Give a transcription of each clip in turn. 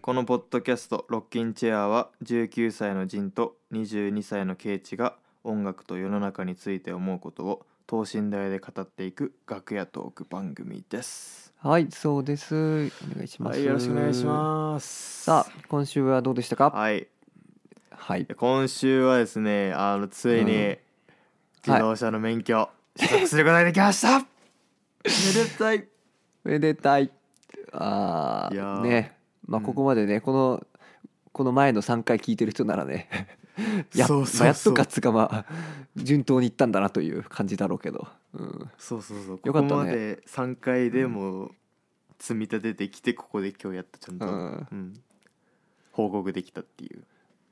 このポッドキャスト「ロッキンチェア」は19歳のジンと22歳のケイチが音楽と世の中について思うことを等身大で語っていく楽屋トーク番組です。はい、そうです。お願いします。はい、よろしくお願いしす。ます。さあ、今週はどうでしたか。はい、はい。今週はですね、あのついに、うん自動車の免許、取得することができました。めでたい。めでたい。あいやーあ、ね、まあ、うんここまでね、この。この前の3回聞いてる人ならね やっそうそうそうまあやっとかっつうかまあ順当にいったんだなという感じだろうけど、うん、そうそうそう。よかったねここまで三回でも積み立ててきてここで今日やったちゃんと、うんうん報告できたっていう。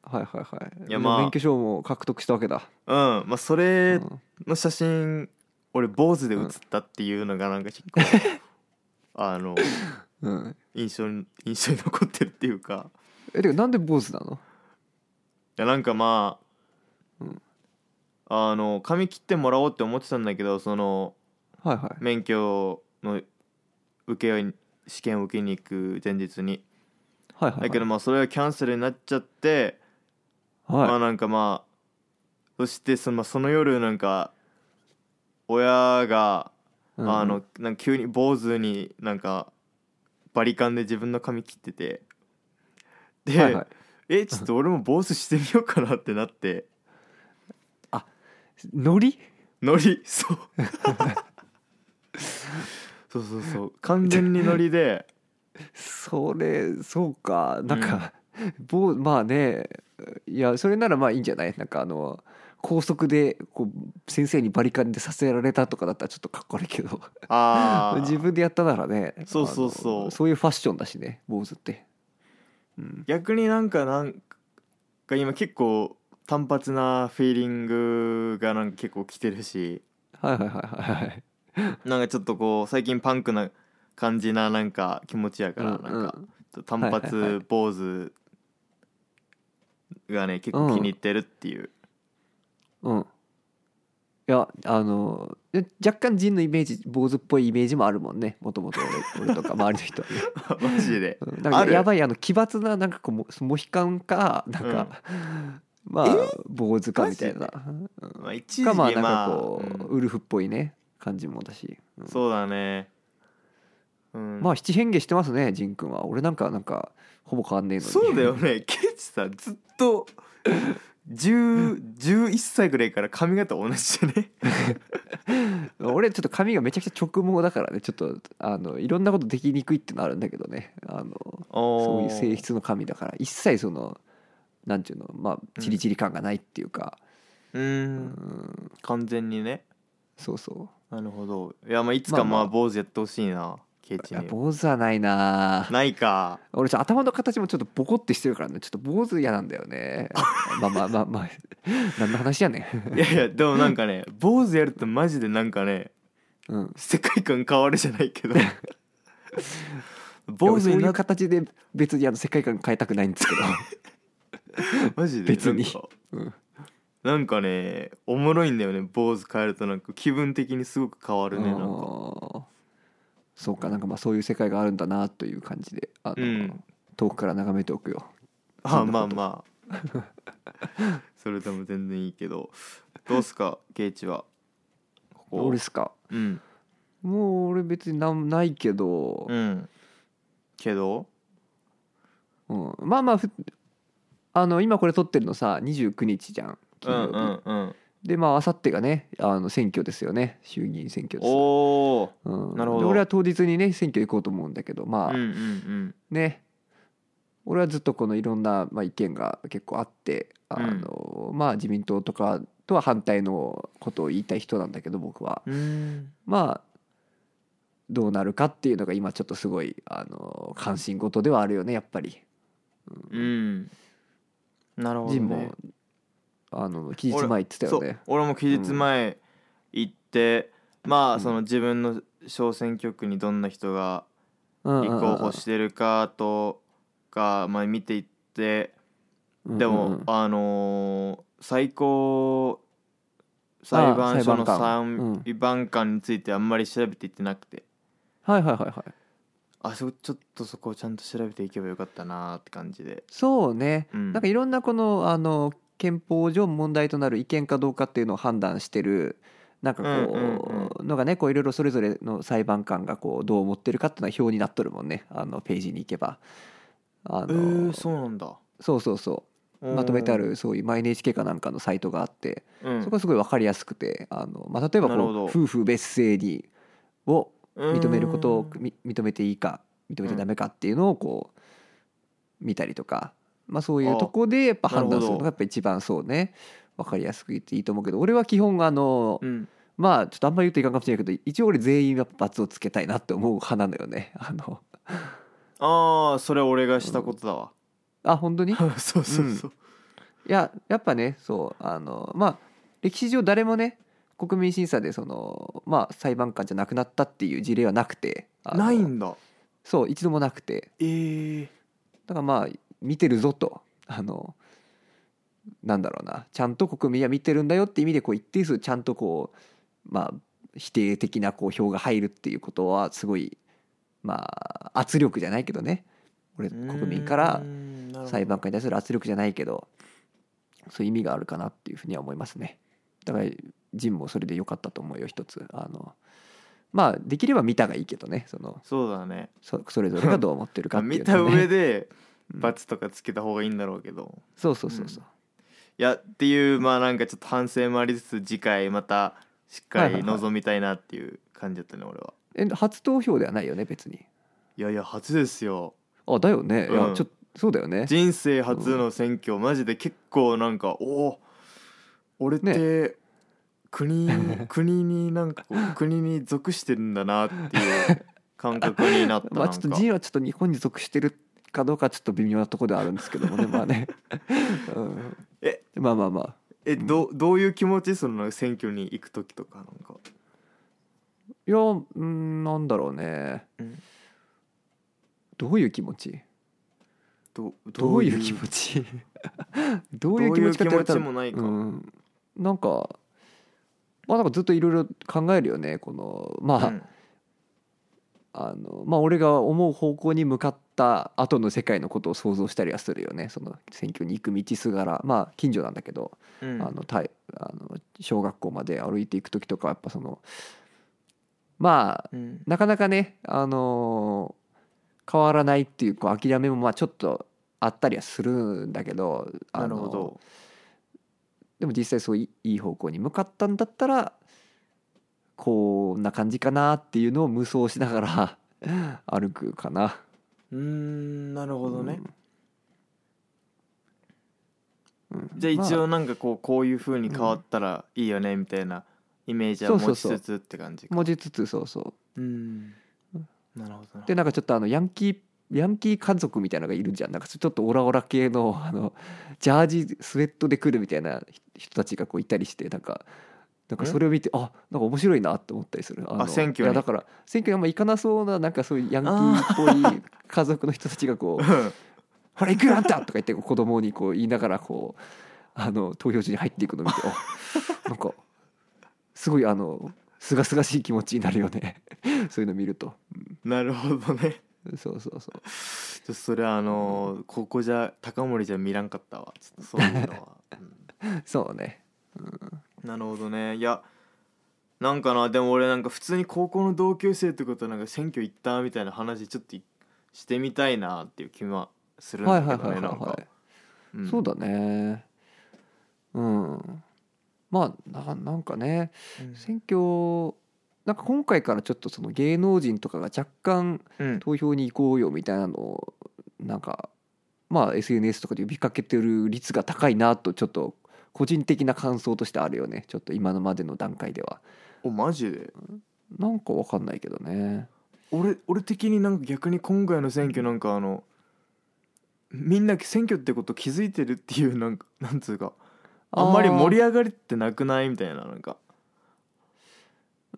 はいはいはいいやまあ免許証も獲得したわけだ、うん、まあそうれんの写真、俺坊主で写ったっていうのがなんか結構、 あのうん、印象に印象に残ってるっていうか。えてかなんで坊主なのいやなんかまあ、うんあの髪切ってもらおうって思ってたんだけどそのはいはい免許の受け試験を受けに行く前日にはいはいだけどまあそれがキャンセルになっちゃって、はいまあなんかまあそしてそのまあその夜なんか親が、うんあのなんか急に坊主になんかバリカンで自分の髪切っててで、はいはいえちょっと俺も坊主してみようかなってなって。ノリノリ そうそうそうそう完全にノリでそれそうかなんか、ぼうまあねいやそれならまあいいんじゃないなんかあの高速でこう先生にバリカンでさせられたとかだったらちょっとかっこ悪いけどああ 自分でやったならねそうそうそうあのそういうファッションだしね坊主って、うん、逆になんかなんか今結構単発なフィーリングがなんか結構来てるしはいはいはいはいはいなんかちょっとこう最近パンクな感じななんか気持ちやからなんうんうかんちょっと単はいはいは発い坊主がね結構気に入ってるっていう、うん。いやあのえ若干人のイメージ坊主っぽいイメージもあるもんねもともと俺俺とか周りの人はね、マジ でうんなんかあるやばいあの奇抜ななんかこうモモヒカンかなんか、 まあ坊主かみたいなまあ一時期かまあなまんかあこう、うんウルフっぽいね感じもだし、うんそうだねうんまあ七変化してますね仁君は俺なんかなんかほぼ変わんねえのにそうだよねケンチさんずっと10 11歳ぐらいから髪型同じじゃね 俺ちょっと髪がめちゃくちゃ直毛だからねちょっとあのいろんなことできにくいってのあるんだけどねあのそういう性質の神だから一切そのなんていうのまあチリチリ感がないっていうか、ううんん、完全にねそうそなるほどいやまあいつかまあままああ坊主やってほしいなケイういチやに坊主はないなぁないか 俺ちょっと頭の形もちょっとボコってしてるからねちょっと坊主嫌なんだ よねまあまあまあまあ何の話やねん、いやいやでもなんかね坊主やるとマジでなんかねうん、世界観変わるじゃないけ ど坊主いや俺そうにいなうった形で別にあの世界観変えたくないんですけマジで別なにんか ど、うん、なんかねおもろいんだよね坊主変えるとなんか気分的にすごく変わるねなんあかーそうかなんかまあそういう世界があるんだなという感じであの、うん遠くから眺めておくよあそんなまあことまあそれでも全然いいけどどうすかケイチはここ俺っすかうんもう俺別になんないけど、うんけどうんまあまあふあの今これ撮ってるのさ29日じゃんう金ん曜日、うんうんでまああさってがねあの選挙ですよね衆議院選挙です、おおうん、なるほどで俺は当日にね選挙行こうと思うんだけどまうあ、んうんうんね俺はずっとこのいろんな、まあ、意見が結構あってあの、まあ自民党とかとは反対のことを言いたい人なんだけど僕はうーんまあどうなるかっていうのが今ちょっとすごいあの関心事ではあるよねやっぱり。うんなるほど、ね、ジンもあの期日前言ってたそよねう。俺も期日前行って、まあその自分の小選挙区にどんな人がうんうんうん立候補してるかとか、まあ、見ていってでも、うんうんあのー最高裁判所のああ裁判官裁判官についてあんまり調べていってなくて、はいはいはいはい。あそちょっとそこをちゃんと調べていけばよかったなーって感じで、そうね、うん、なんかいろんなこのあの憲法上問題となる違憲かどうかっていうのを判断してるなんかこう、うんうんのがねこういろいろそれぞれの裁判官がこうどう思ってるかっていうのは表になっとるもんねあのページに行けば。あえー、のそうなんだそうそうそうまとめてあるそういう「マイ NHK」かなんかのサイトがあってうん、うん、そこはすごい分かりやすくてあの、まあ、例えばなるこほうど夫婦別姓にを認めることうをーんみ認めていいか認めちゃダメかっていうのをこう見たりとか、まあ、そういうとこでやっぱ判断するのがなやっぱ一番そうね分かりやすく言っていいと思うけど俺は基本あの、うんまあちょっとあんまり言うといかんかもしれないけど一応俺全員やっぱ罰をつけたいなって思う派なのよね あのああそれ俺がしたことだわ、あ本当 にそうそうそう、いややっぱねそうあのまあ歴史上誰もね国民審査でそのまあ裁判官じゃなくなったっていう事例はなくてあのないんだそう一度もなくてえー、だからまあ見てるぞとあのなんだろうなちゃんと国民は見てるんだよって意味でこう一定数ちゃんとこうまあ否定的なこう票が入るっていうことはすごいまあ圧力じゃないけどね俺国民からうーんなるほど裁判官に対する圧力じゃないけどそういう意味があるかなっていうふうには思いますねだからジンもそれで良かったと思うよ一つあのまあできれば見たがいいけどねそのそうだねそそれぞれがどう思ってるかまっあていう 見たのはね上でうん罰とかつけた方がいいんだろうけど、そうそうそうそう、いやっていうまあなんかちょっと反省もありつつ次回またしっかはいりはいはい臨みたいなっていう感じだったね俺は。え初投票ではないよね別にいやいや初ですよあだよね、いうんやちょっとそうだよね 人生初の選挙、マジで結構なんかおお俺って、 国国になんかこう国に属してるんだなって いう感覚になったなんか、まあちょっとジンはちょっと日本に属してるかどうかちょっと微妙なところではあるんですけどもねま あね、うん、えまあまあまあえどうどういう気持ちその選挙に行く時とかなんかいやうんなんだろうね、うんどういう気持ちどどういう気持ち どういう気持ちかって言われたらどういう気持ちもないかうん、なんかまあなんかずっといろいろ考えるよねこのまあ、うんあのまあ俺が思う方向に向かった後の世界のことを想像したりはするよねその選挙に行く道すがらまあ近所なんだけど、うんあのたいあの小学校まで歩いていく時とかはやっぱそのまあうんなかなかね、あのー変わらないっていうこう諦めもまあちょっとあったりはするんだけど、あなのるほどでも実際そういいい方向に向かったんだったらこんな感じかなっていうのを無双しながら 歩くかな。うーんなるほどね、うん、うんじゃあ一ま応なんかこうこういう風に変わったらいいよねみたいなイメージはそ持うちそうそうつつって感じか持ちつつそうそううんなるほどなでなんかちょっとあのヤンキーヤンキー家族みたいなのがいるじゃんなんかちょっとオラオラ系のあのジャージスウェットで来るみたいな人たちがこういたりしてなんかなんかんそれを見てあなんか面白いなって思ったりするあのあ選挙にいやだから選挙にあんま行かなそうななんかそういうヤンキーっぽい家族の人たちがこうんう 「ほら行くよあんた!」とか言ってこう子供にこう言いながらこうあの投票所に入っていくのを見てあ なんかすごいあのすがすがしい気持ちになるよね そういうの見ると なるほどねそうそうそちょうっとそれはあのーここじゃ高森じゃ見らんかったわちょっとそういう のは、うそうね。んなるほどねいやなんかなでも俺なんか普通に高校の同級生とかとなんか選挙行ったみたいな話ちょっといしてみたいなっていう気はするんはだいはいけはどいねはい、なんかは、い。そうだ、だね。うん。まあななんかねうん選挙なんか今回からちょっとその芸能人とかが若干うん投票に行こうよみたいなのをなんかまあ SNS とかで呼びかけてる率が高いなとちょっと個人的な感想としてあるよねちょっと今のまでの段階ではおマジでなんかわかんないけどね俺俺的になんか逆に今回の選挙なんかあのみんな選挙ってこと気づいてるっていうなんかなんつうかあんまり盛り上がりってなくないみたいななんか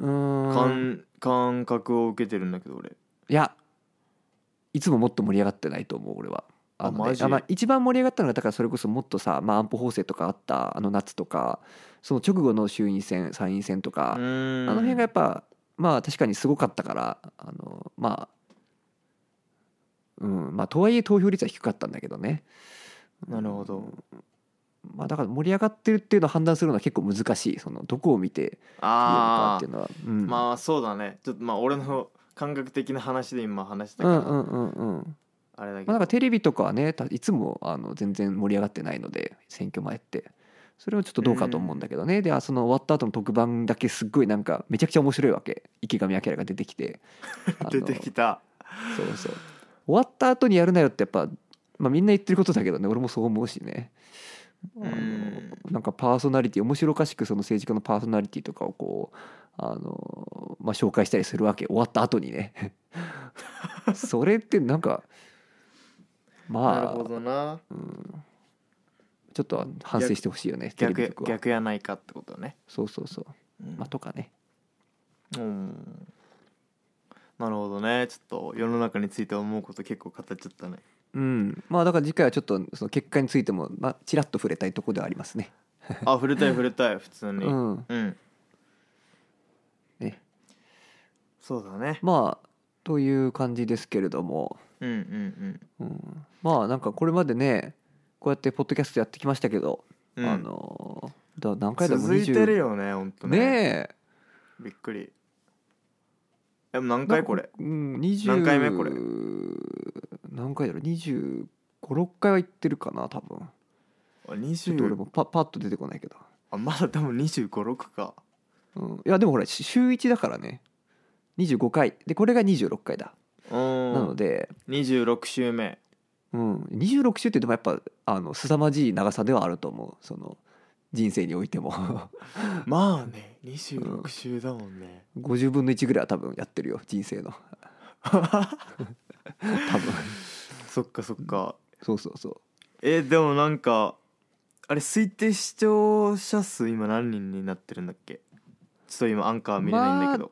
りうん感感覚を受けてるんだけど俺いやいつももっと盛り上がってないと思う俺は。あのねあマジあまあ、一番盛り上がったのがだからそれこそもっとさ、まあ、安保法制とかあったあの夏とかその直後の衆院選参院選とあか、あのの辺がやっぱまあ確かにすごかったからあのまあうんまあとはいえ投票率は低かったんだけどねなるほどまあだから盛り上がってるっていうのを判断するのは結構難しいそのどこを見て言えるかあっていうのは、うあん、まあそうだねちょっとまあ俺の感覚的な話で今話したうから、んうんうんうんあれだけまどあ、なんかテレビとかはねたいつもあの全然盛り上がってないので選挙前ってそれはちょっとどうかと思うんだけどね、であその終わった後の特番だけすっごいなんかめちゃくちゃ面白いわけ池上彰が出て きてあの出てきたそうそう終わった後にやるなよってやっぱ、まあ、みんな言ってることだけどね俺もそう思うしねあのうんなんかパーソナリティ面白おかしくその政治家のパーソナリティとかをこうあの、まあ、紹介したりするわけ終わった後 にねそれってなんかなるまほあどなちょっと反省してほしいよねテレビ逆局は逆やないかってことね、そうそうそううんまあとかねうんなるほどねちょっと世の中について思うこと結構語っちゃったねうんまあだから次回はちょっとその結果についてもまあちらっと触れたいとこではありますねあ触れたい触れたい普通にううん、んねそうだねまあという感じですけれども、うんうんうんうん、まあなんかこれまでねこうやってポッドキャストやってきましたけど、うんあのーだ何回だろう続いてるよね本当20ねねえびっくりでも何回これうん、20何回目これ何回だろう2 5 6回は行ってるかな多分あちょっと俺20もパパッと出てこないけど、あまだ多分2 5六6かうん、いやでもほらし週1だからね25回でこれが26回だ、うなのんで、 26週目うん、26週ってでもやっぱあの凄まじい長さではあると思うその人生においても まあね26週だもんね、 50分の1ぐらいは多分やってるよ人生の多分そっかそっかそうそうそうえーでもなんかあれ推定視聴者数今何人になってるんだっけちょっと今アンカー見れないんだけど、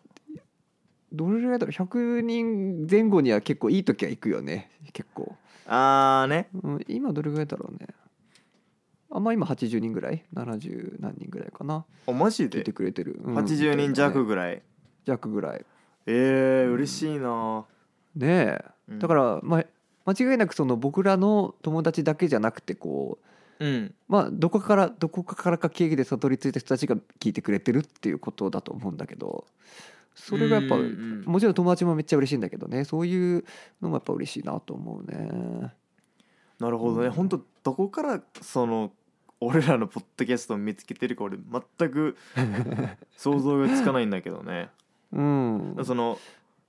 どれぐらいだろう100人前後には結構いい時は行くよね結構、あーねうん、今どれぐらいだろうねあまあ今80人ぐらい70何人ぐらいかなあマジ聞いでてくれてる、うん80人弱ぐらい、弱ぐらいえー、嬉しいなねえ、うんだから、まあ、間違いなくその僕らの友達だけじゃなくてこううんまあどこかからどこかからか経由でたどり着いた人たちが聞いてくれてるっていうことだと思うんだけどそれがやっぱうんうんもちろん友達もめっちゃ嬉しいんだけどねそういうのもやっぱ嬉しいなと思うねなるほどね、うんほんとどこからその俺らのポッドキャストを見つけてるか俺全 く想像がつかないんだけどねうん、その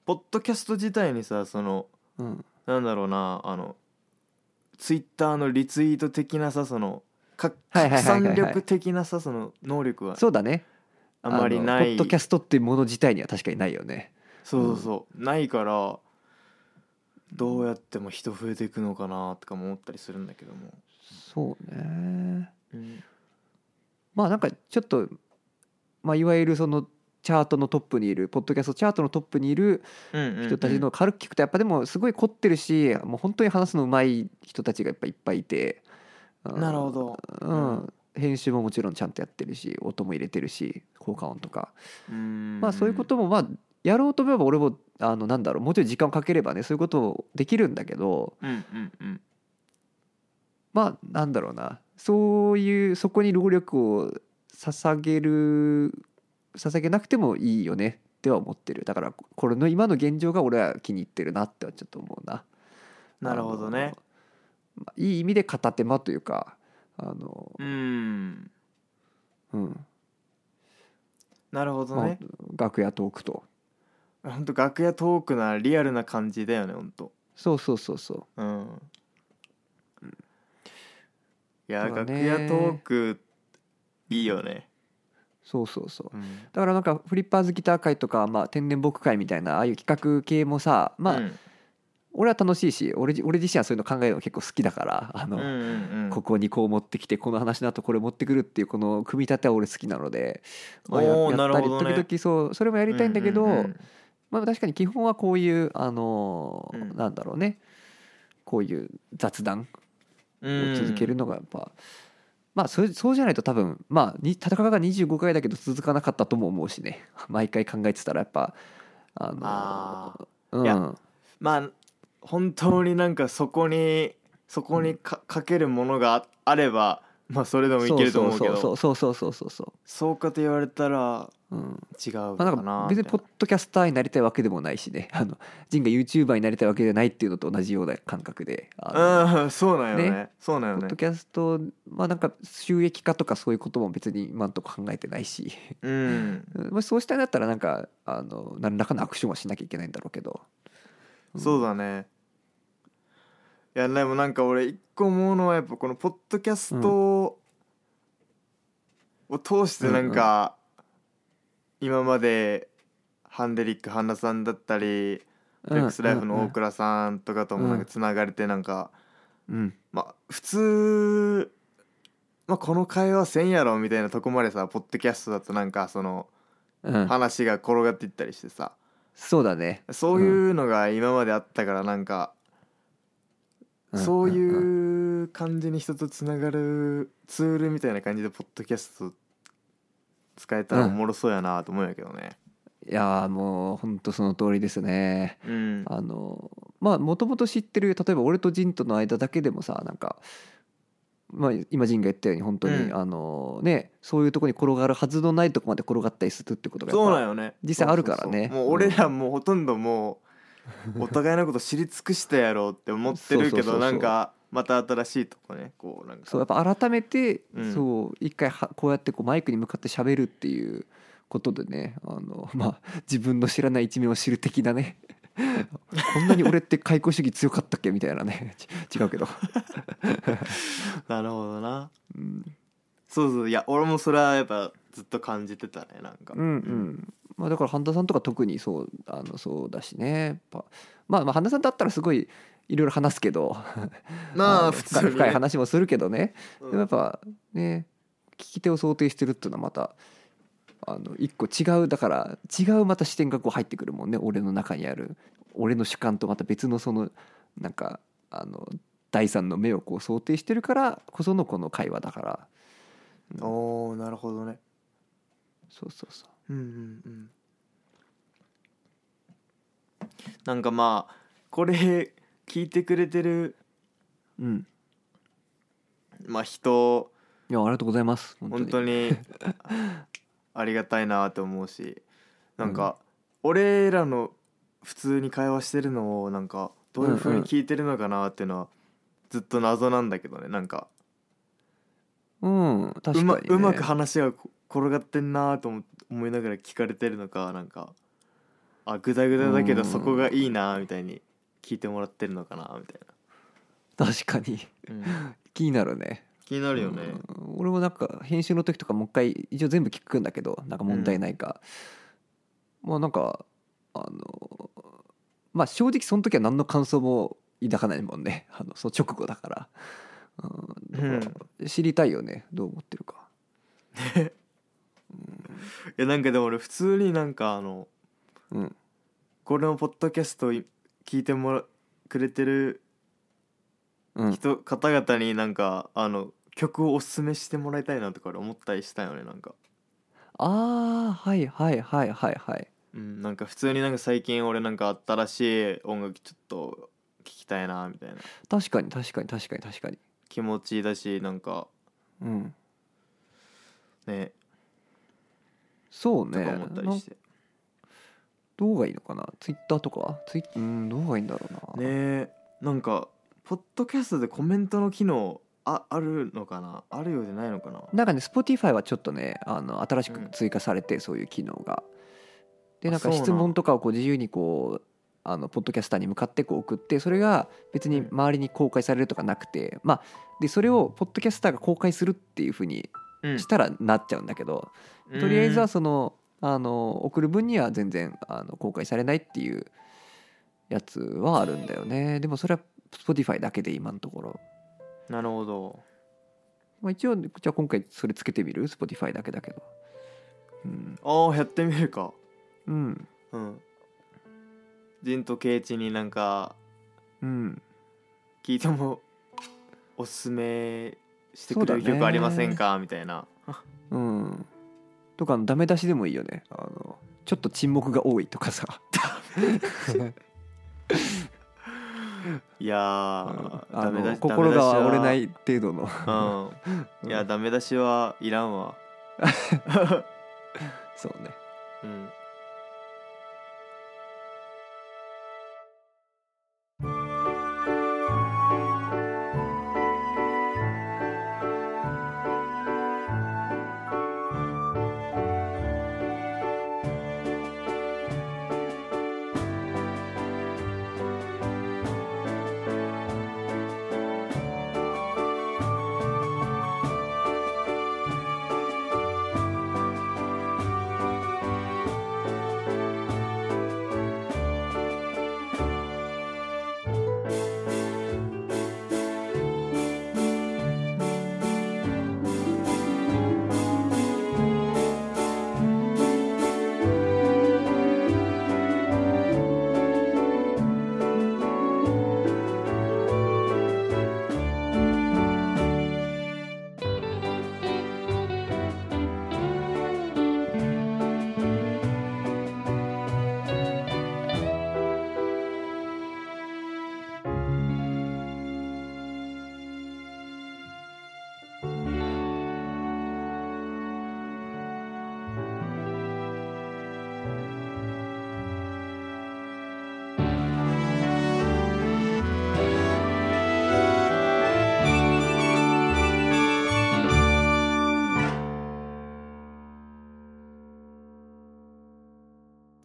ポッドキャスト自体にさそのうん、なんだろうなあのツイッターのリツイート的なさその拡はいはい拡はいはい散はい力的なさその能力はそうだねあまりなあのいポッドキャストっていうもの自体には確かにないよねそうそうそうないからどうやっても人増えていくのかなとかも思ったりするんだけども、そうねうんまあなんかちょっと、まあ、いわゆるそのチャートのトップにいるポッドキャストチャートのトップにいるうんうんうん人たちの軽く聞くとやっぱでもすごい凝ってるしもう本当に話すのうまい人たちがやっぱいっぱいいて、うんなるほ、ど、うんう編集ももちろんちゃんとやってるし音も入れてるし効果音とか、うんまあそういうこともまあやろうと思えば俺もあのなんだろうもうちょい時間をかければねそういうことをできるんだけどうんうんうんまあなんだろうなそういうそこに労力を捧げる捧げなくてもいいよねっては思ってるだからこれの今の現状が俺は気に入ってるなってはちょっと思うな。なるほどねあのまあいい意味で片手間というかあの、うんうんなるほどまあね、楽屋トークとほんと楽屋トークなリアルな感じだよねほんとそうそうそうそううんいや、そうだ楽ね屋トークいいよね、そうそうそううんだからなんかフリッパーズギター会とか、まあ、天然木会みたいなああいう企画系もさまあ、うん俺は楽しいし俺じ俺自身はそういうの考えるの結構好きだからあの、うんうんうんここにこう持ってきてこの話の後これ持ってくるっていうこの組み立ては俺好きなので、まあ、やおーやったなるほり時どね々そうそれもやりたいんだけど、ううんまあ、確かに基本はこういう、あのーうんなんだろうねこういう雑談うをん続けるのがやっぱ、まあそれそうじゃないと多分まあに戦いが25回だけど続かなかったとも思うしね 毎回考えてたらやっぱあのーあうんいやまあ本当になんかそこにそこにかかけるものがああればまあそれでもいけると思うけどそうそうそうそうそうそうそそうかと言われたらううん違うかな,、まあ、なんか別にポッドキャスターになりたいわけでもないしね あのジンが YouTuber になりたいわけじゃないっていうのと同じような感覚であのうん そうなんよねねそうなんよポッねドキャストまあなんか収益化とかそういうことも別に今んとこ考えてないし うんもしそうしたいんだったらなんかあの何らかのアクションはしなきゃいけないんだろうけど、そうだだねいやでもなんか俺一個思うのはやっぱこのポッドキャストをを通してなんか今までハンデリック半田さんだったりレックスライフの大倉さんとかともなんかつながれてなんかうんまあ普通まあこの会話せんやろみたいなとこまでさポッドキャストだとなんかその うん、話が転がっていったりしてさそうだねそういうのが今まであったからなんかそうういう感じに人とつながるツールみたいな感じでポッドキャスト使えたらおもろそうやなと思うんやけどね。いやーもうほんとその通りですねうん、あのまあもともと知ってる例えば俺とジンとの間だけでもさなんか、まあ、今ジンが言ったように本当に、うんあのねそういうとこに転がるはずのないとこまで転がったりするってことがやっぱそうなんよね実際あるからそうねそうそうもう俺らもうほとんどもうお互いのこと知り尽くしたやろうって思ってるけそうそうそうそどうなんかまた新しいとこねこうなんかそうやっぱ改めて、うんそう一回はこうやってこうマイクに向かって喋るっていうことでねあの、 まあ、自分の知らない一面を知る的 なねこんなに俺って開口主義強かったっけみたいなねち違うけど、なるほどなうん、そうそういや俺もそれはやっぱずっと感じてたねなんかうんうんまあ、だから半田さんとか特にそうあのそうだしねやっぱ、まあ、まあ半田さんだったらすごいいろいろ話すけど まのあ普通に深い深い話もするけどね、うんでもやっぱね聞き手を想定してるっていうのはまたあの一個違うだから違うまた視点がこう入ってくるもんね俺の中にある俺の主観とまた別のそのなんかあの第三の目をこう想定してるからこそのこの会話だからおおなるほどねそうそうそううんうんうんなんかまあこれ聞いてくれてる、うんまあ、人いやありがとうございます本当にありがたいなって思うしなんか俺らの普通に会話してるのをなんかどういう風に聞いてるのかなっていうのはずっと謎なんだけどねなんかうん、確かうに、まねうまく話がこ転がってんなと思思いながら聞かれてるのかなんかあグダグダだけどうんそこがいいなみたいに聞いてもらってるのかなみたい確かにな、気になるね 気になあるよね、俺もなんか編集の時とかもう一回一応全部聞くんだけどなんか問題ないか、まあなんかあのまあ正直その時は何の感想も抱かないもんねあのその直後だから,、うん、だから知りたいよねどう思ってるかいやなんかでも俺普通になんかあのうんこれのポッドキャストをい聞いてもらくれてるうん人、方々になんかあの曲をおすすめしてもらいたいなとか俺思ったりしたよねなんか、ああーはいはいはいはいはいうん、なんか普通になんか最近俺なんか新しい音楽ちょっと聞きたいなみたいな確かに確かに確かに確かに気持ちいいだしなんかうんねそうとねか思ったりしてどうがいいのかなツイッターとかツイうんどうがいいんだろうねな、えなんかポッドキャストでコメントの機能ああるのかなあるようでないのかななんかね Spotify はちょっとねあの新しく追加されて、そういう機能がであなんそかうなん質問とかをこう自由にこうあのポッドキャスターに向かってこう送ってそれが別に周りに公開されるとかなくて、まあでそれをポッドキャスターが公開するっていうふうにうんしたらなっちゃうんだけど、とりあえずはそのあの送る分には全然あの公開されないっていうやつはあるんだよねでもそれは Spotify だけで今のところなるほどまあ、一応じゃあ今回それつけてみる Spotify だけだけどうん、ああやってみるかうんうんジンとケイチになんかうん、聞いてもおすすめしてそくうだれるね曲ありませんか、みたいなうん、とかあのダメ出しでもいいよねあの ちょっと沈黙が多いとかさいやー、あダメのだ心が折れないい程度のうんいやダメ出しはいらんわそうねうん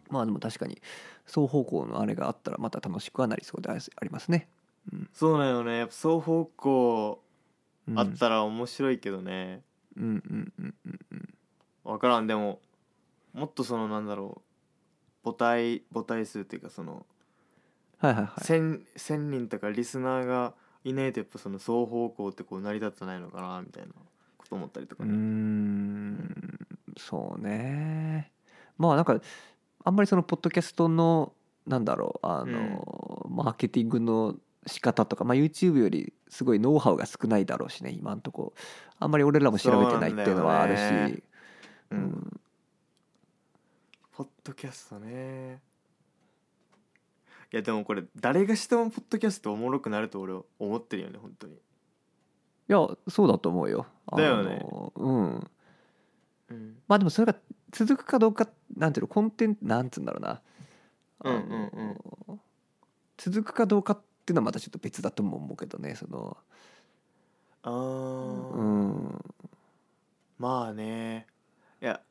まあでも確かに双方向のあれがあったらまた楽しくはなりそうでありますね、そうなんよねやっぱ双方向うん、あったら面白いけどね、うんうんうんうんうんわ分からんでももっとそのなんだろう母体母体数っていうかその、はいはいはい千1,000人とかリスナーがいないとやっぱその双方向ってこう成り立ってないのかなみたいなこと思ったりとうかーね、んそうねまあなんかあんまりそのポッドキャストのなんだろうあの、マーケティングの仕方とか、まあ、YouTube よりすごいノウハウが少ないだろうしね今んとこあんまり俺らも調べてないっていうのはあるしそうなんだよねううんんポッドキャストねいやでもこれ誰がしてもポッドキャストおもろくなると俺は思ってるよね本当に、いやそうだと思うよ。だよねあのうん、うん、まあでもそれが続くかどうかなんていうのコンテンツなんつうんだろうな、うんうんあの続くかどうかっていうのはまたちょっと別だとも思うけどねそのあうーんまあねいや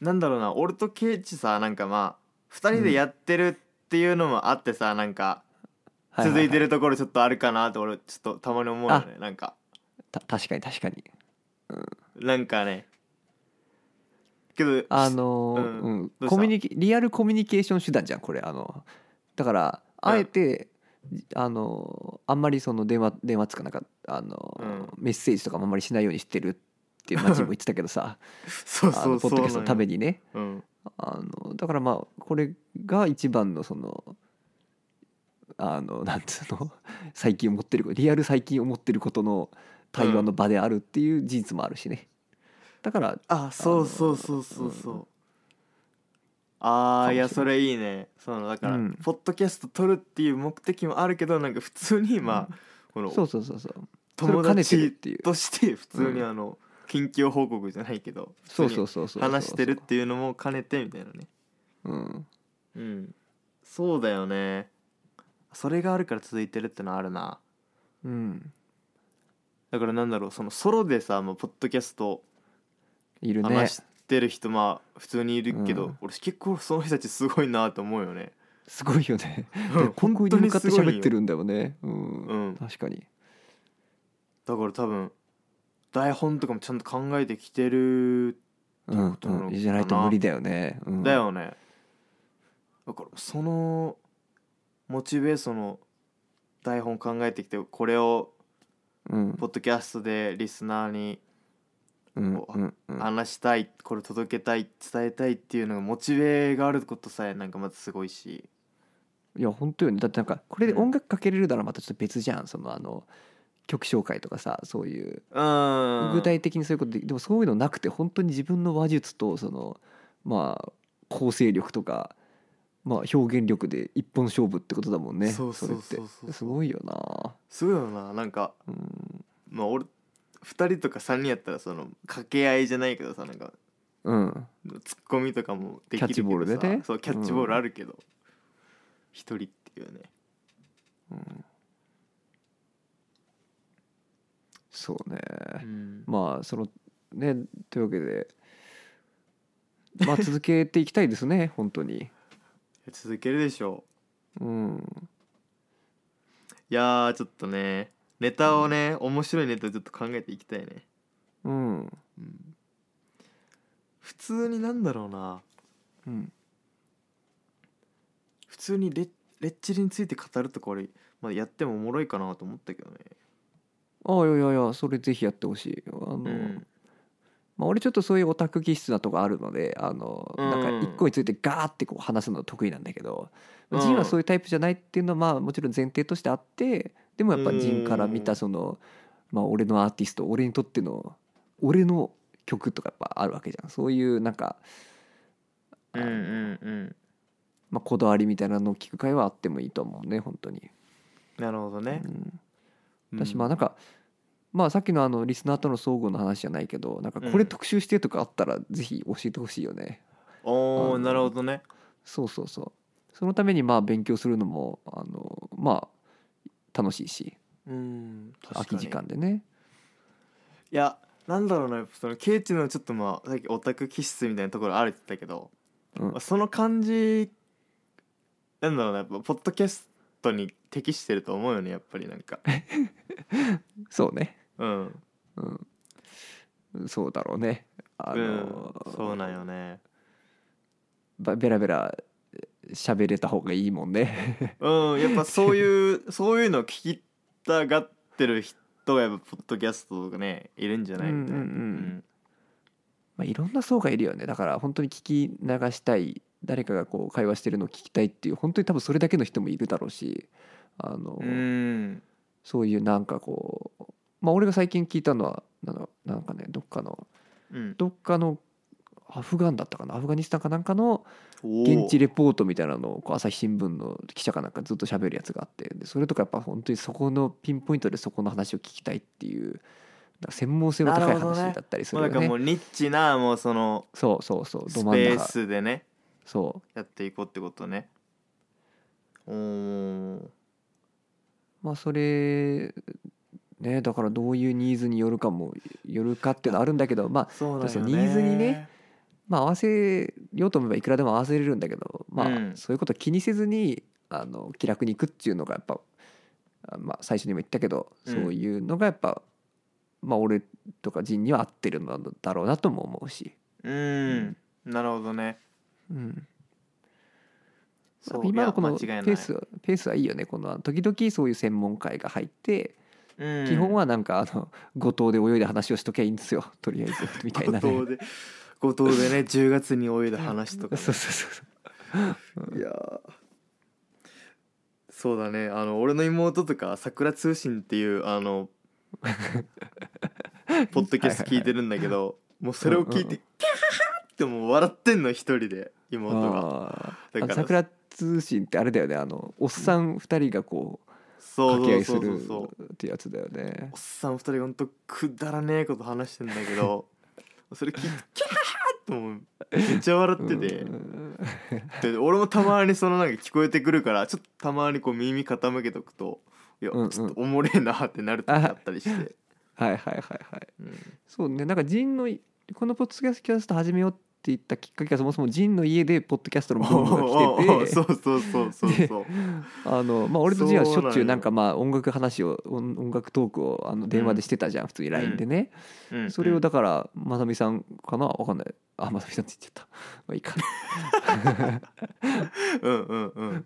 なんだろうな俺とケイチさなんかまあ2人でやってるっていうのもあってさ、なんかははは続いてるところちょっとあるかなって俺ちょっとたまに思うよねなんかた確かに確かになんかねけどあのうんうんどうしたコミュニケリアルコミュニケーション手段じゃんこれあのだからうんあえて、あのあんまりその電話電話つかなんかあの、メッセージとかもあんまりしないようにしてるってマジも言ってたけどさ そうあそのうポそうッドキャストのために、にねうん、あのだからまあこれが一番のそのあのなんつうの 最近思ってることリアル最近思ってることの対話の場であるっていう事実もあるしねだからあそうそうそうそうそう、うあかもしれなあいいやそれいいねそのだから、うんポッドキャスト撮るっていう目的もあるけどなんか普通に今、このそうそうそうそうそれを友兼ねてるっ達ていうとして普通にうんあの、近況報告じゃないけどそう普そ通うにそうそう話してるっていうのも兼ねてみたいなねうんうんそうだよねそれがあるから続いてるってのはあるなうんだからなんだろうそのソロでさもうポッドキャストいるね話してる人まあ普通にいるけど、うん俺結構その人たちすごいなと思うよ ねすごいよねうん本当に向かっすてごいよ喋ってるんだよねうん、うん確かにだから多分台本とかもちゃんと考えてきてるうどういうんことなのかうなんじゃないと無理だよね、うん、だよね、だからそのモチベーションの台本考えてきてこれをうんポッドキャストでリスナーにうんうんうん話したい、これ届けたい伝えたいっていうのがモチベがあることさえなんかまずすごいしいや本当よねだってなんかこれでうん音楽かけれるならまたちょっと別じゃんそのあの曲紹介とかさそういううん具体的にそういうことででもそういうのなくて本当に自分の話術とそのまあ構成力とかまあ、表現力で一本勝負ってことだもんねそうそうそうれそうってすごいよなすごいよななんかうん、まあ俺2人とか3人やったらその掛け合いじゃないけどさなんかうん、ツッコミとかもできるけどさキャッチボールでねそうキャッチボールあるけど一、人っていうねうんそうね、うんまあそのねというわけでまあ続けていきたいですね 本当に続けるでしょううんいやーちょっとねネタをね、面白いネタをちょっと考えていきたいね、うん普通になんだろうなうん普通にレッレッチリについて語るとか俺、まあ、やってもおもろいかなと思ったけどねああいやいやいやそれぜひやってほしいあの、うんまあ、俺ちょっとそういうオタク気質なとこあるのであのうんなんか一個についてガーってこう話すの得意なんだけど、うんジンはそういうタイプじゃないっていうのはまあもちろん前提としてあってでもやっぱジンから見たその、まあ、俺のアーティスト俺にとっての俺の曲とかやっぱあるわけじゃんそういうなんか、うんうんうんまあ、こだわりみたいなのを聞く会はあってもいいと思うね本当に。なるほどねう、んうん私まあなんか、まあさっきのあのリスナーとの相互の話じゃないけどなんかこうれん特集してとかあったらぜひ教えてほしいよね、おあのおなるほどねそうそうそうそのためにまあ勉強するのもあのまあ楽しいしうん確かに空き時間でねいやなんだろうなやっぱそのケイチのちょっとまあさっきオタク気質みたいなところあるって言ったけど、うんまあその感じなんだろうなやっぱポッドキャストに適してると思うよねやっぱりなん かそうねうんうんそうだろうねあの、うん、そうなんよねばベラベラ喋れた方がいいもんねうんやっ ぱそういうそういうの聞きたがってる人がやっぱポッドキャストとかねいるんじゃないみたいなうんうんまあいろんな層がいるよねだから本当に聞き流したい誰かがこう会話してるのを聞きたいっていう本当に多分それだけの人もいるだろうしあの、うんうんそういうなんかこうまあ俺が最近聞いたのはなんだなんかねどっかのうんどっかのアフガンだったかなアフガニスタンかなんかのおー現地レポートみたいなのをこう朝日新聞の記者かなんかずっと喋るやつがあってでそれとかやっぱ本当にそこのピンポイントでそこの話を聞きたいっていうなんか専門性の高ないるほどね話だったりすもうるよなんかねもうニッチなもうそのそうそうそうスペど真んー中スでねそうやっていこうってことねおーまあそれねだからどういうニーズによるかもよるかっていうのはあるんだけどまあそうなんよね確かにニーズにねまあ合わせようと思えばいくらでも合わせれるんだけどまあうんそういうこと気にせずにあの気楽に行くっていうのがやっぱあまあ最初にも言ったけどうそんういうのがやっぱまあ俺とか仁には合ってるのだろうなとも思うしうんなるほどねうんそう今のこいのやペ間違いないースペースはいいよねこの時々そういう専門会が入ってうん基本はなんかあの後藤で泳いで話をしときゃいいんですよ とりあえ ずみたいなね後藤で後藤で ね10月に泳いだ話とかねそうそうそういやーそうだねあの俺の妹とか「桜通信」っていうあ のポッドキャスト聞いてるんだけどもうそれを聞いうんうんて「キャハハ!」ってもう笑ってんの一人でそう妹があーだからあの桜通信ってあれだよねあのおっさん2人がこうそう掛け合そういすそうそうるそうってやつだよねおっさん二人ほんとくだらねえこと話してんだけ どそれ聞いて「キャハハ!」ってもうめっちゃ笑ってて、うんで俺もたまにそのなんか聞こえてくるからちょっとたまにこう耳傾けとくといやうんうんちょっとおもれえなってなる時あったり して、はいはいはいはいうんそうねなんかジンのこのポッドキャスト始めようって言ったきっかけがそもそもジンの家でポッドキャストのブーおうおムうおがう来そててうそうそうそうそうあのまあ俺とジンはしょっそうなんちゅようなんかまあ音楽話を音音楽トークをあの電話でしてたじゃん、普通に LINE でね、うんうん それをだからまさみさんかなわかんないあまさみさんって言っちゃったまあいいか うんうんうん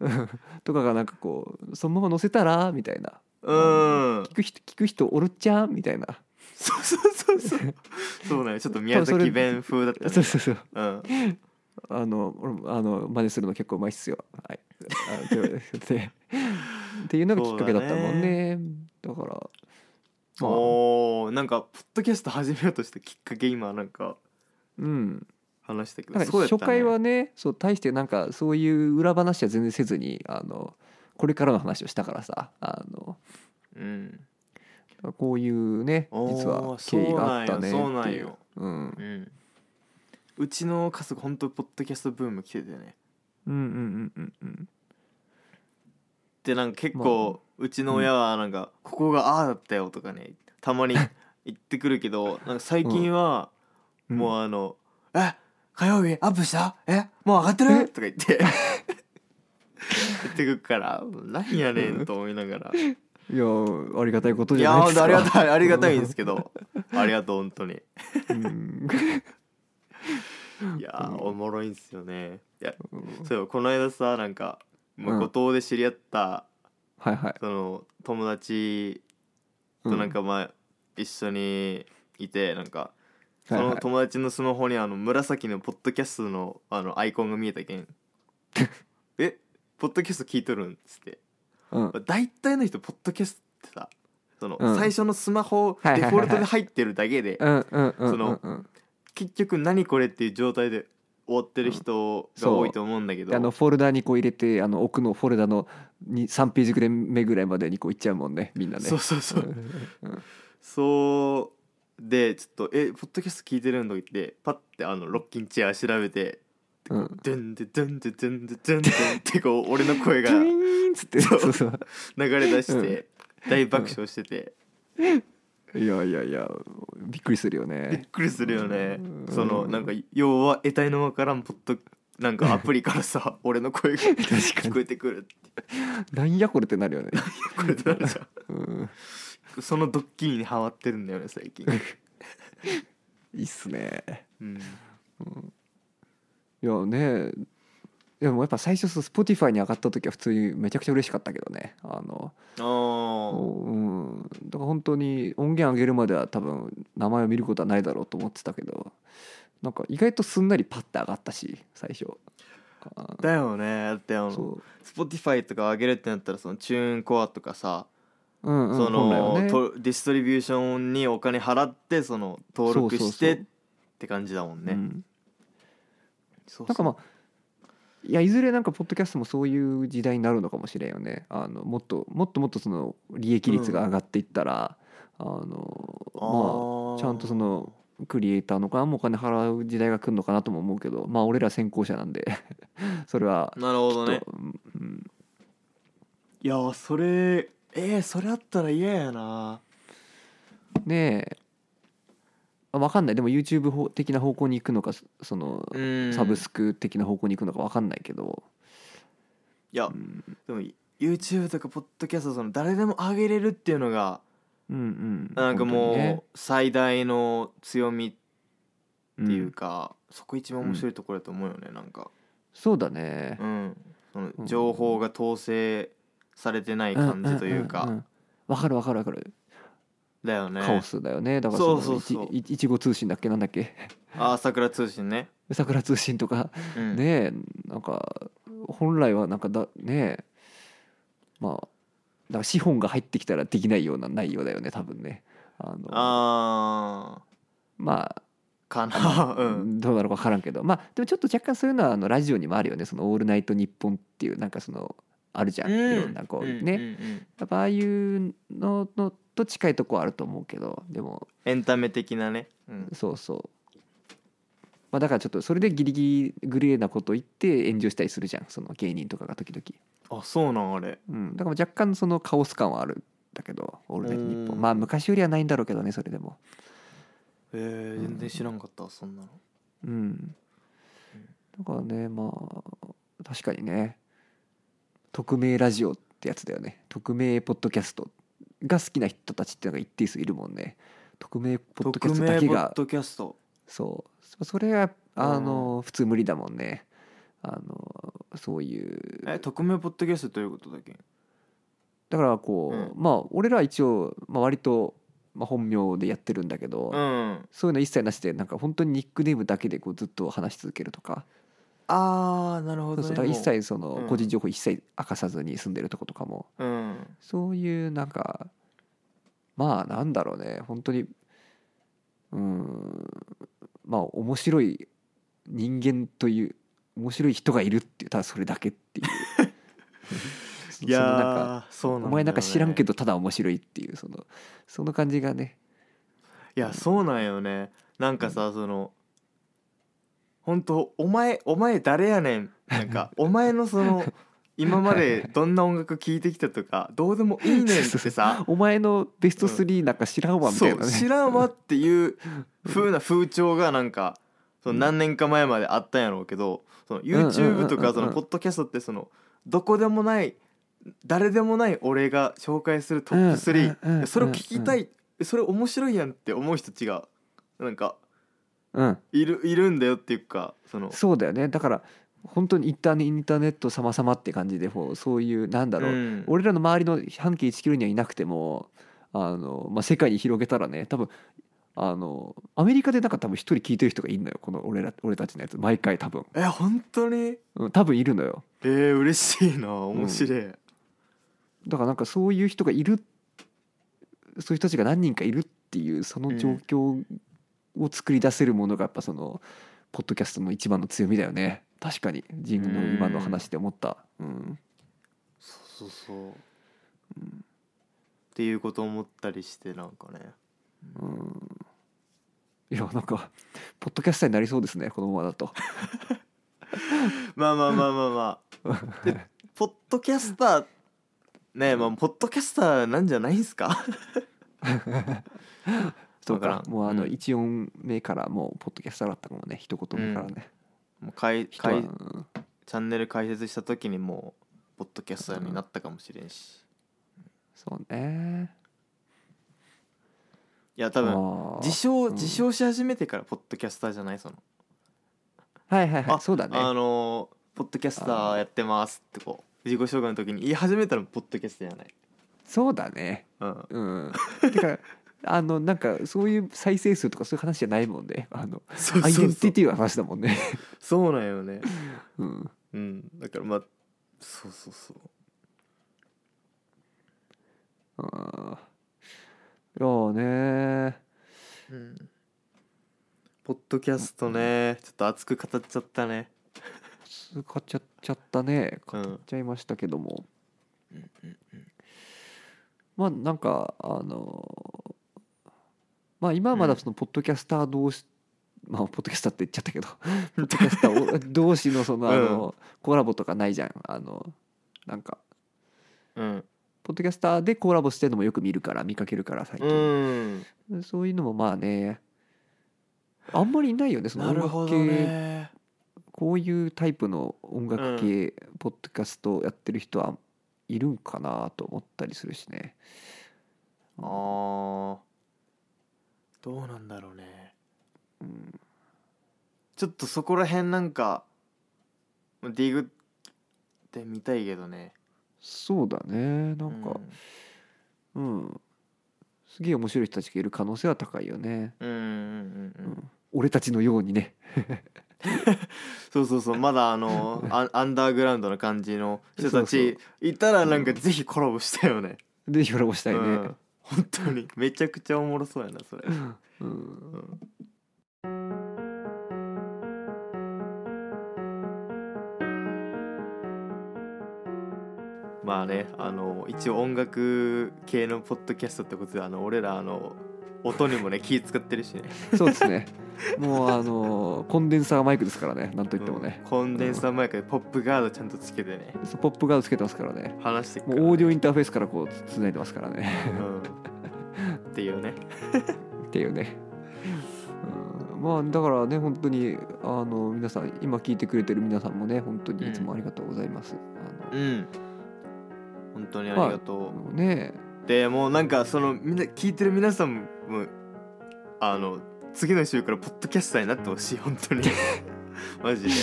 とかがなんか こうそのまま載せたらみたいなうん聞く人聞く人おるっちゃんみたいなそうそうそうそうそうなんよちょっと宮崎弁風だったねそうそうそううんあの俺もあの真似するの結構うまいっすよはいあというわけでっていうのがきっかけだったもんねだからまあおーなんかポッドキャスト始めようとしたきっかけ今なんかうん話したけどなんかそうやった初ね回はねそう大してなんかそういう裏話は全然せずにあのこれからの話をしたからさあのうんこういうねおー実は経緯があったねってそうなんいよそうううんうんうちの家族本当ポッドキャストブーム来ててねうんうんうんうんでなんか結構、うちの親はなんか、ここがああだったよとかねた まに言ってくるけどなんか最近は、うんもううあの「え火曜日アップしたえもう上がってる?」えとか言って言ってくるから何やねんと思いながらんいやありがたいこといじゃやないで本す当かありがたいありがたいんですけどありがとう本当にうんいやーうんおもろいんすよねいや うんそういえばこの間さなんかまあうん五島で知り合ったはいはいその友達うとなんかまあ一緒にいてなんかそはいはのい友達のスマホにあの紫のポッドキャストのあのアイコンが見えたけん 「えポッドキャスト聞いとるん?」っつってうん大体の人ポッドキャストってさそのうん最初のスマホはいはいデはいフォルトで入ってるだけでうんうんうんうんうんその結局「何これ?」っていう状態で終わってる人が多いと思うんだけど、あのフォルダにこう入れてあの奥のフォルダのに3ページぐらい目ぐらいまでにこういっちゃうもんねみんなねそうそうそうう、んうんそうでちょっと「えポッドキャスト聞いてるんだ」って言ってパッてあのロッキンチェア調べてう「んドゥンドゥドゥンドゥドゥンドゥドゥンドゥン」ってこう俺の声ピがュ流イーンっつってそうそうそうれ出して大爆笑してていやいやいやびっくりするよびっねくりするよねうんそのなんか要は得体のわからんポッドなんかアプリから さ俺の声が聞こえてくるってなんやこれってなるよね、これってなるじゃうん、 んそのドッキリにハマってるんだよね最近いいっすねうんいやねでもやっぱ最初そう Spotify に上がった時は普通にめちゃくちゃ嬉しかったけどねあのあーうんだから本当に音源上げるまでは多分名前を見ることはないだろうと思ってたけどなんか意外とすんなりパッて上がったし最初あだよねだってあのそ Spotify とか上げるってなったらそのチューンコアとかさううんうんそ本来はのねとディストリビューションにお金払ってその登録そうしそうてそうって感じだもんうね。んそうなんかまあいやいずれなんかポッドキャストもそういう時代になるのかもしれんよねあのもっともっともっとその利益率が上がっていったら、あのまあちゃんとそのクリエイターの側もお金払う時代が来るのかなとも思うけどまあ俺ら先行者なんで それはなるほちょどっと、ね。うん、いやーそれえー、それあったら嫌やな。ねえ分かんないでも YouTube 方的な方向に行くのかそその、うんサブスク的な方向に行くのか分かんないけど、いやうん、でも YouTube とかポッドキャストその誰でも上げれるっていうのがうんうんなんかも本当う、にね最大の強みっていうか、そこ一番うん面白いところだと思うよね、なんか。そうだねうん。そのうん情報が統制されてない感じというか、んんんんわかるわかるわかるだよね。カオスだよねだからそのそうそうそういちいちご通信だっけなんだっけ あー桜通信ね。桜通信とかうん、ねえなんか本来はなんかだねえまあだから資本が入ってきたらできないような内容だよね多分ねあのあまあーかな うんどうなのか分からんけどまあでもちょっと若干そういうのはあのラジオにもあるよね「そのオールナイトニッポン」っていうなんかそのあるじゃん、いろんなこうね、んうんうんやっぱああいうののと近いとこはあると思うけどでもエンタメ的なね、うん、そうそうまあだからちょっとそれでギリギリグレーなこと言って炎上したりするじゃんその芸人とかが時々、あそうなんあれうん、だから若干そのカオス感はあるんだけど「オールナイトニッポうン」んまあ昔よりはないんだろうけどねそれでもえー、全然知らんかったわそんなのうんだからねまあ確かにね匿名ラジオってやつだよね匿名ポッドキャストが好きな人たちっていうのが一定数いるもんね匿名ポッドキャストだけポッがドキャストそうそれはあの普通無理だもんねあのそういうえ匿名ポッドキャストということだっけだからこう、まあ俺らは一応、まあ、割と、まあ、本名でやってるんだけど、うんそういうの一切なしでなんか本当にニックネームだけでこうずっと話し続けるとかあーなるほそうど、ね、そうだから一も切そのうん個人情報一切明かさずに住んでるとことかもううんそういうなんかまあなんだろうね本当にうーんまあ面白い人間という面白い人がいるっていうただそれだけ っていうそいやそのなんかーそうなんだよねお前なんか知らんけどただ面白いっていうそのその感じがねいやそうなんよねなんかさその本当お前お前誰やねんなん かお前のその今までどんな音楽聴いてきたとかどうでもいいねんっ てさお前のベストうん3なんか知らんわみたそいなうね、知らんわっていう風な風潮がなんかその何年か前まであったんやろうけどその YouTube とうんうんうんうんうんかそのポッドキャストってそのどこでもない誰でもない俺が紹介するトップ3、うんうんうんそれを聞きたい、それ面白いやんって思う人たちがなんかうん、いるいるんだよっていうかそのそうだよねだから本当にインターネインターネット様々って感じでもうそういうなんだろう、ん俺らの周りの半径1キロにはいなくてもあの、まあ、世界に広げたらね多分あのアメリカでなんか多分一人聞いてる人がいるのよこの俺ら俺たちのやつ毎回多分、え本当にうん、多分いるのよえー、嬉しいな面白い、だからなんかそういう人がいるそういう人たちが何人かいるっていうその状況を作り出せるものがやっぱそのポッドキャストの一番の強みだよね確かにジングの今の話で思った、うん、そうそうそう、っていうこと思ったりしてなんかねうんいやなんかポッドキャスターになりそうですねこのままだと。まあまあまあまあま あでポッドキャスターねえまあポッドキャスターなんじゃないんすかそうわかからんもうあのうん1音目からもうポッドキャスターだったかもね一言目からね、もうかい人かはいうんチャンネル開設した時にもうポッドキャスターになったかもしれんし、そうねいや多分あー自称うん自称し始めてからポッドキャスターじゃないそのはいはいはいあそうだねあのーポッドキャスターやってますってこう自己紹介の時に言い始めたらポッドキャスターじゃない、そうだねうん、うんだから あのなんかそういう再生数とかそういう話じゃないもんねあの そうアイそデうンそテうィティの話だもんね そうなんよねうんうんだからまあそうそうそうあーいやーねうんポッドキャストねちょっと熱く語っちゃったね買っちゃっちゃったねう買っんちゃいましたけども、うんまあなんかあのまあ今はまだそのポッドキャスター同士、まあポッドキャスターって言っちゃったけど ポッドキャスターを同士のそのあのコラボとかないじゃんあのなんかうんポッドキャスターでコラボしてるのもよく見るから見かけるから最う近、んそういうのもまあねあんまりいないよねそのな音るほ楽ど系、ねこういうタイプの音楽系、ポッドキャストやってる人はいるんかなと思ったりするしねあーどうなんだろうねうんちょっとそこら辺なんかディグってみたいけどねそうだねなんか、うん、すげえ面白い人たちがいる可能性は高いよね、うんうんうんうんううんん、俺たちのようにねそうそうそうまだあ のあアンダーグラウンドの感じの人たそうちいたらなんかぜひコラボしたよね、でコラボしたいね、うん本当にめちゃくちゃおもろそうやなそれうんまあねあの一応音楽系のポッドキャストってことであの俺らあの音にもね気使ってるしねそうですねもうあのーコンデンサーマイクですからねなんといってもねうん、コンデンサーマイクでポップガードちゃんとつけてねそうポップガードつけてますからね話してくもからねうオーディオインターフェースからこうつつないでますからねうんっていうねっていうね、うん、まあだからね本当にあの皆さん今聞いてくれてる皆さんもね本当にいつもありがとうございます、あうん本当にありがとう、のもうねでもうなんかそのみんな聞いてる皆さんもあの次の週からポッドキャスターになってほしい本当 にマジで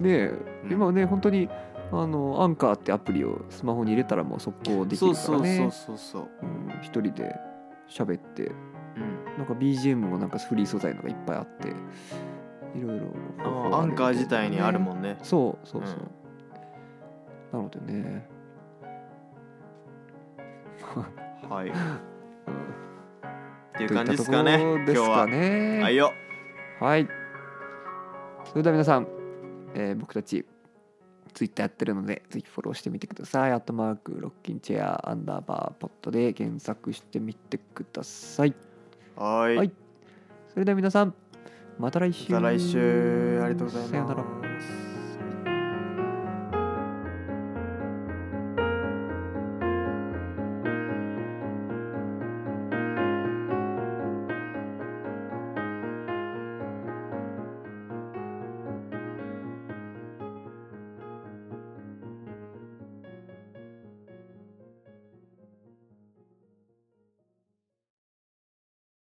でうん今はね本当にあのアンカーってアプリをスマホに入れたらもう速攻できそるうかそらうそうねそうそううん一人で喋ってうんなんか BGM もなんかフリー素材のがいっぱいあっていろいろあーアンカー自体にあるんもんねそうそうそううん、なのでね、はいっうん、ていうとい感ったじでとすころかね今で日すかはねはいよはい。それでは皆さん、えー僕たちツイッターやってるのでぜひフォローしてみてくださいアットマークロッキンチェアアンダーバーポットで検索してみてくださいはいはいそれでは皆さんまた来週また来週ありがとうございますさよなら